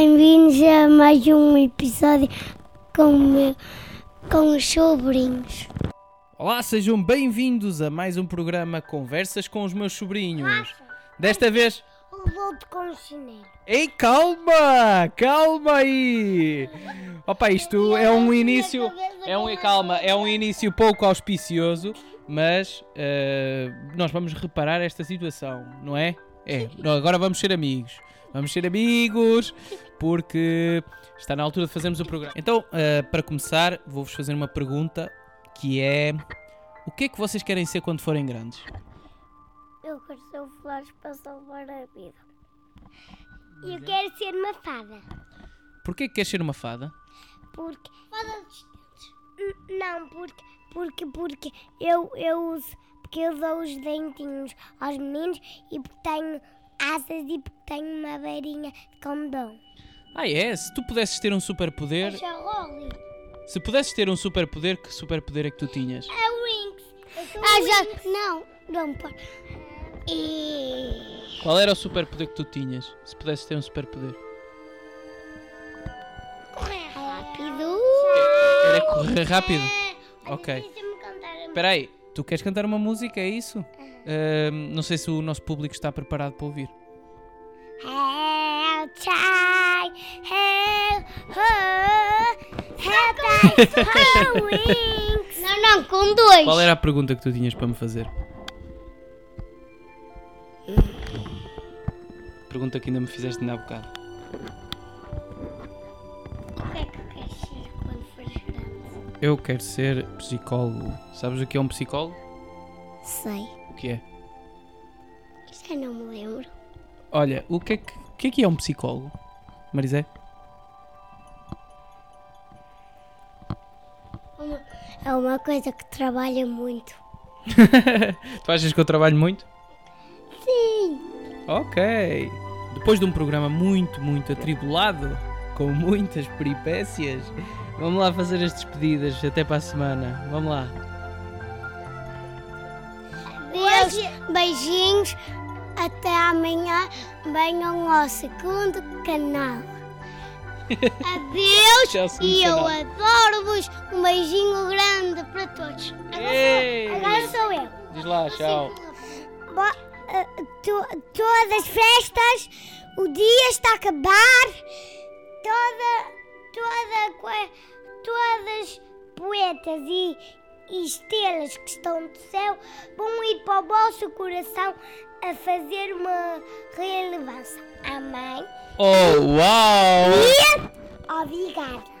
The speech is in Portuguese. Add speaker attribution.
Speaker 1: Bem-vindos a mais um episódio com, o meu- com os sobrinhos.
Speaker 2: Olá, sejam bem-vindos a mais um programa Conversas com os meus sobrinhos. Desta vez.
Speaker 1: O volto com o chinelo.
Speaker 2: Ei, calma! Calma aí! Opa, isto é um início. É um, calma, é um início pouco auspicioso, mas eh, nós vamos reparar esta situação, não é? É, nós agora vamos ser amigos. Vamos ser amigos, porque está na altura de fazermos o programa. Então, eh, para começar, vou-vos fazer uma pergunta que é: O que é que vocês querem ser quando forem grandes?
Speaker 1: Eu quero ser um flash para salvar a vida. E eu quero ser uma fada.
Speaker 2: Porquê que queres ser uma fada?
Speaker 1: Porque. Fada dos dentes. Não, porque. Porque, porque eu, eu uso. Porque eu dou os dentinhos aos meninos e porque tenho asas e porque tenho uma beirinha de condão.
Speaker 2: Ah, é? Se tu pudesses ter um superpoder,
Speaker 1: Charoli.
Speaker 2: se pudesses ter um superpoder, que superpoder é que tu tinhas?
Speaker 1: É o Winx. Ah, já. Não, não pode. E.
Speaker 2: Qual era o superpoder que tu tinhas? Se pudesses ter um superpoder?
Speaker 1: Correr rápido.
Speaker 2: Era é correr rápido. Ok.
Speaker 1: Deixa-me cantar
Speaker 2: Espera aí, tu queres cantar uma música, é isso? Ahm, não sei se o nosso público está preparado para ouvir.
Speaker 1: Help, child, help, her, help, I wings. Não, não, com dois.
Speaker 2: Qual é? era a pergunta que tu tinhas para me fazer? Pergunta que ainda me fizeste ainda há bocado.
Speaker 1: O que é que queres ser quando fores grande?
Speaker 2: Eu quero ser psicólogo. Sabes o que é um psicólogo?
Speaker 1: Sei,
Speaker 2: O que é?
Speaker 1: já não me lembro.
Speaker 2: Olha, o que é que, o que é, que é um psicólogo? Marisé?
Speaker 1: É uma coisa que trabalha muito.
Speaker 2: tu achas que eu trabalho muito?
Speaker 1: Sim.
Speaker 2: Ok. Depois de um programa muito, muito atribulado, com muitas peripécias, vamos lá fazer as despedidas até para a semana. Vamos lá.
Speaker 1: Deus, beijinhos. Até amanhã. Venham ao segundo canal. Adeus.
Speaker 2: Tchau, segundo
Speaker 1: E eu
Speaker 2: canal.
Speaker 1: adoro-vos. Um beijinho grande para todos.
Speaker 2: Ei!
Speaker 1: Agora sou eu.
Speaker 2: Diz lá, tchau.
Speaker 1: Assim, Bo- eh, to- todas as festas, o dia está a acabar. Toda, toda, coi- todas poetas e, e estrelas que estão do céu vão ir para o vosso coração a fazer uma relevância. Amém.
Speaker 2: Oh, uau!
Speaker 1: Obrigada.